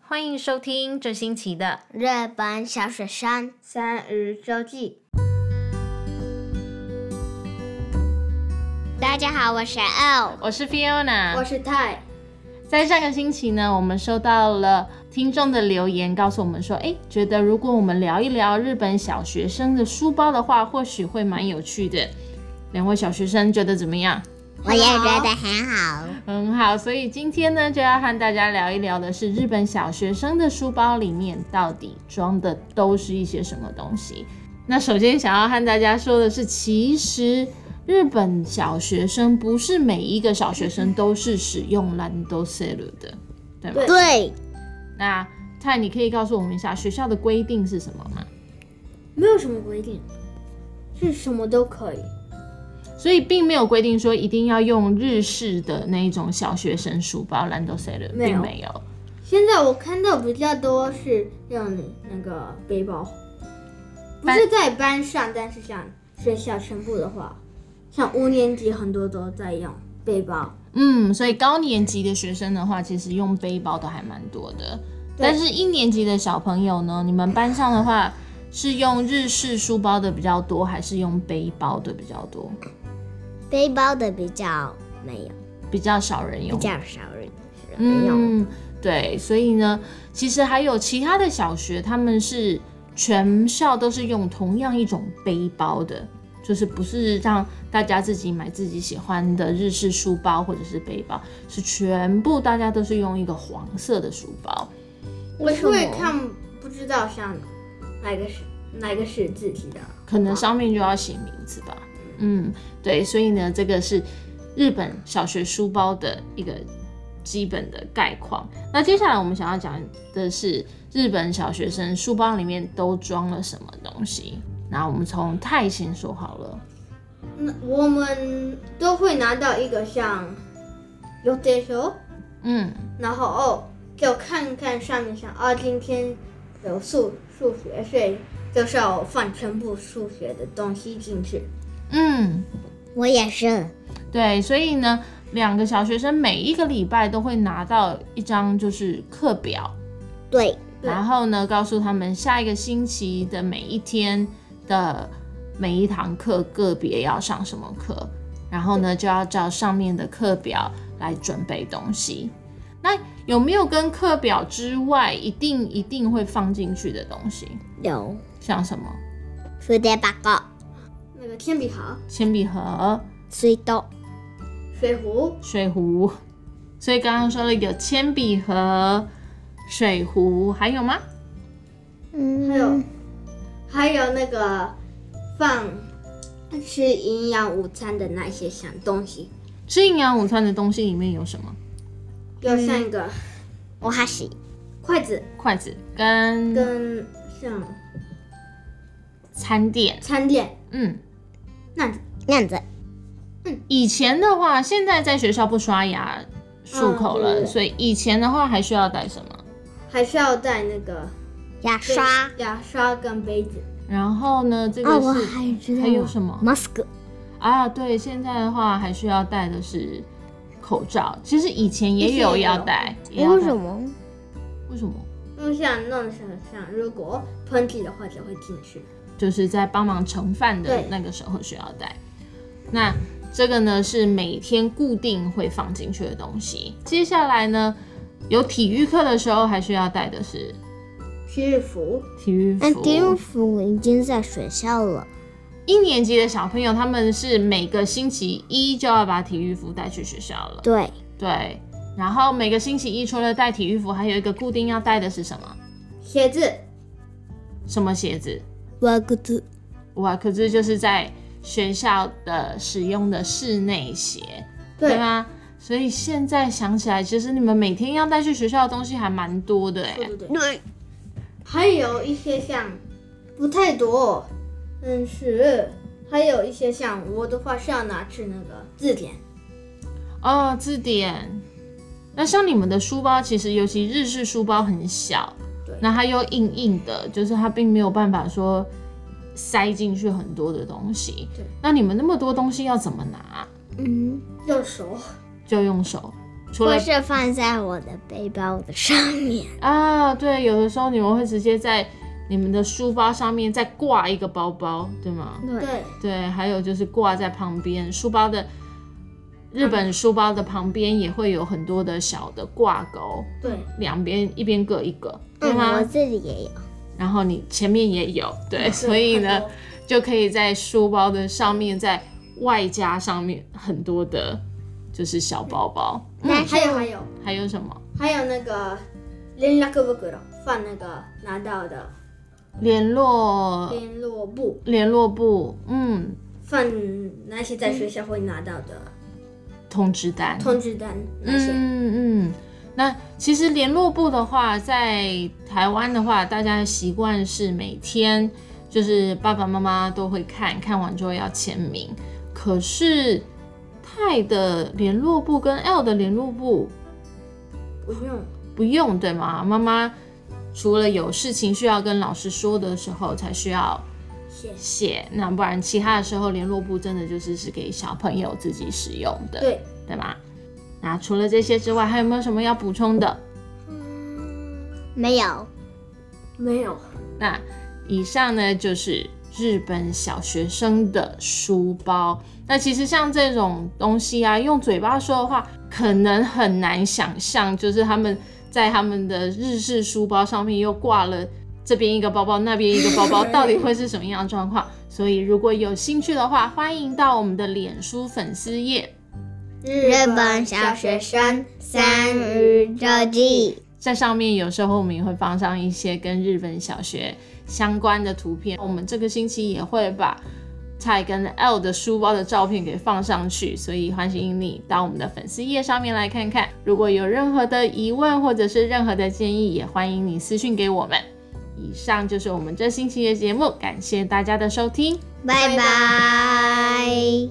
欢迎收听这星期的日本小雪山三日周记。大家好，我是 L，我是 Fiona，是泰。在上个星期呢，我们收到了听众的留言，告诉我们说，诶，觉得如果我们聊一聊日本小学生的书包的话，或许会蛮有趣的。两位小学生觉得怎么样？我也觉得很好。很嗯好，所以今天呢，就要和大家聊一聊的是日本小学生的书包里面到底装的都是一些什么东西。那首先想要和大家说的是，其实日本小学生不是每一个小学生都是使用兰多塞鲁的，对吗？对，那泰，你可以告诉我们一下学校的规定是什么吗？没有什么规定，是什么都可以。所以并没有规定说一定要用日式的那一种小学生书包兰多塞鲁，没有并没有。现在我看到比较多是用那个背包，不班是在班上，但是像学校全部的话，像五年级很多都在用背包。嗯，所以高年级的学生的话，其实用背包的还蛮多的。对但是一年级的小朋友呢，你们班上的话是用日式书包的比较多，还是用背包的比较多？背包的比较没有，比较少人用，比较少人人用。嗯，对，所以呢，其实还有其他的小学，他们是全校都是用同样一种背包的，就是不是让大家自己买自己喜欢的日式书包或者是背包，是全部大家都是用一个黄色的书包。我是会为什么看不知道像哪个是哪个是自己的，可能上面就要写名字吧。嗯，对，所以呢，这个是日本小学书包的一个基本的概况。那接下来我们想要讲的是日本小学生书包里面都装了什么东西。那我们从泰先说好了，那我们都会拿到一个像有这首。嗯，然后哦，就看看上面想哦，今天有数数学，所以就是要放全部数学的东西进去。嗯，我也是，对，所以呢，两个小学生每一个礼拜都会拿到一张就是课表，对，对然后呢，告诉他们下一个星期的每一天的每一堂课个别要上什么课，然后呢就要照上面的课表来准备东西。那有没有跟课表之外一定一定会放进去的东西？有像什么蝴蝶八个那个铅笔盒、铅笔盒、水豆，水壶，水壶。所以刚刚说了有铅笔盒、水壶，还有吗？嗯，还有还有那个放吃营养午餐的那些小东西，吃营养午餐的东西里面有什么？就像一嗯个我还是筷子筷子跟跟像餐垫。餐垫嗯，那那样子，以前的话，现在在学校不刷牙漱口嗯对了，对对所以以前的话还需要带什么？还是要带那个牙刷。牙刷跟杯子。然后呢，这哦，我个是、还知道还有什么？mask，啊？对，现在的话还需要带的是口罩。其实以前也有要带，也要为带什？么？为什么？因为像弄成像，如果喷嚏的话就会进去。就是在帮忙盛饭的对那个时候需要带。那这个呢是每天固定会放进去的东西。接下来呢，有体育课的时候还需要带的是体育服，体育服。那羽绒嗯服已经在学校了。一年级的小朋友，他们是每个星期一就要把体育服带去学校了。对，对，然后每个星期一除了带体育服，还有一个固定要带的是什么？鞋子，什么鞋子？我裤子。哇，可是就是在学校的使用的室内鞋，对吗？所以现在想起来，其实你们每天要带去学校的东西还蛮多的哎、对对对，对，还有一些像不太多，嗯是，还有一些像我的话是要拿去那个字典，哦，字典。那像你们的书包，其实尤其日式书包很小，对那它又硬硬的，就是它并没有办法说塞进去很多的东西。对，那你们那么多东西要怎么拿？嗯，用手，就用手，除我了是放在我的背包的上面。啊，啊，对，有的时候你们会直接在你们的书包上面再挂一个包包，对吗？对，对，对，还有就是挂在旁边书包的日本书包的旁边也会有很多的小的挂钩，对，两边一边各一个，对吗？嗯，我自己也有，然后你前面也有，对，所以嗯很呢多，就可以在书包的上面再外加上面很多的，就是小包包。但是还有还有还有什么？还有那个连那个不放那个拿到的联络联络簿，联络部，嗯，放那些在学校会拿到的通知单，通知单那些。嗯嗯。那其实联络部的话，在台湾的话，大家的习惯是每天就是爸爸妈妈都会看看完之后要签名。可是泰的联络部跟 L 的联络部不用，不用对吗？妈妈除了有事情需要跟老师说的时候才需要谢谢。写，那不然其他的时候联络簿真的就是是给小朋友自己使用的，对，对吗？那除了这些之外，还有没有什么要补充的？没有，没有。那以上呢就是日本小学生的书包。那其实像这种东西啊，用嘴巴说的话，可能很难想象，就是他们在他们的日式书包上面又挂了这边一个包包，那边一个包包，到底会是什么样的状况？所以如果有兴趣的话，欢迎到我们的脸书粉丝页日本小学生三日周记，在上面有时候我们也会放上一些跟日本小学相关的图片。我们这个星期也会把蔡跟 L 的书包的照片给放上去，所以欢迎你到我们的粉丝页上面来看看。如果有任何的疑问或者是任何的建议，也欢迎你私讯给我们。以上就是我们这星期的节目，感谢大家的收听。拜拜。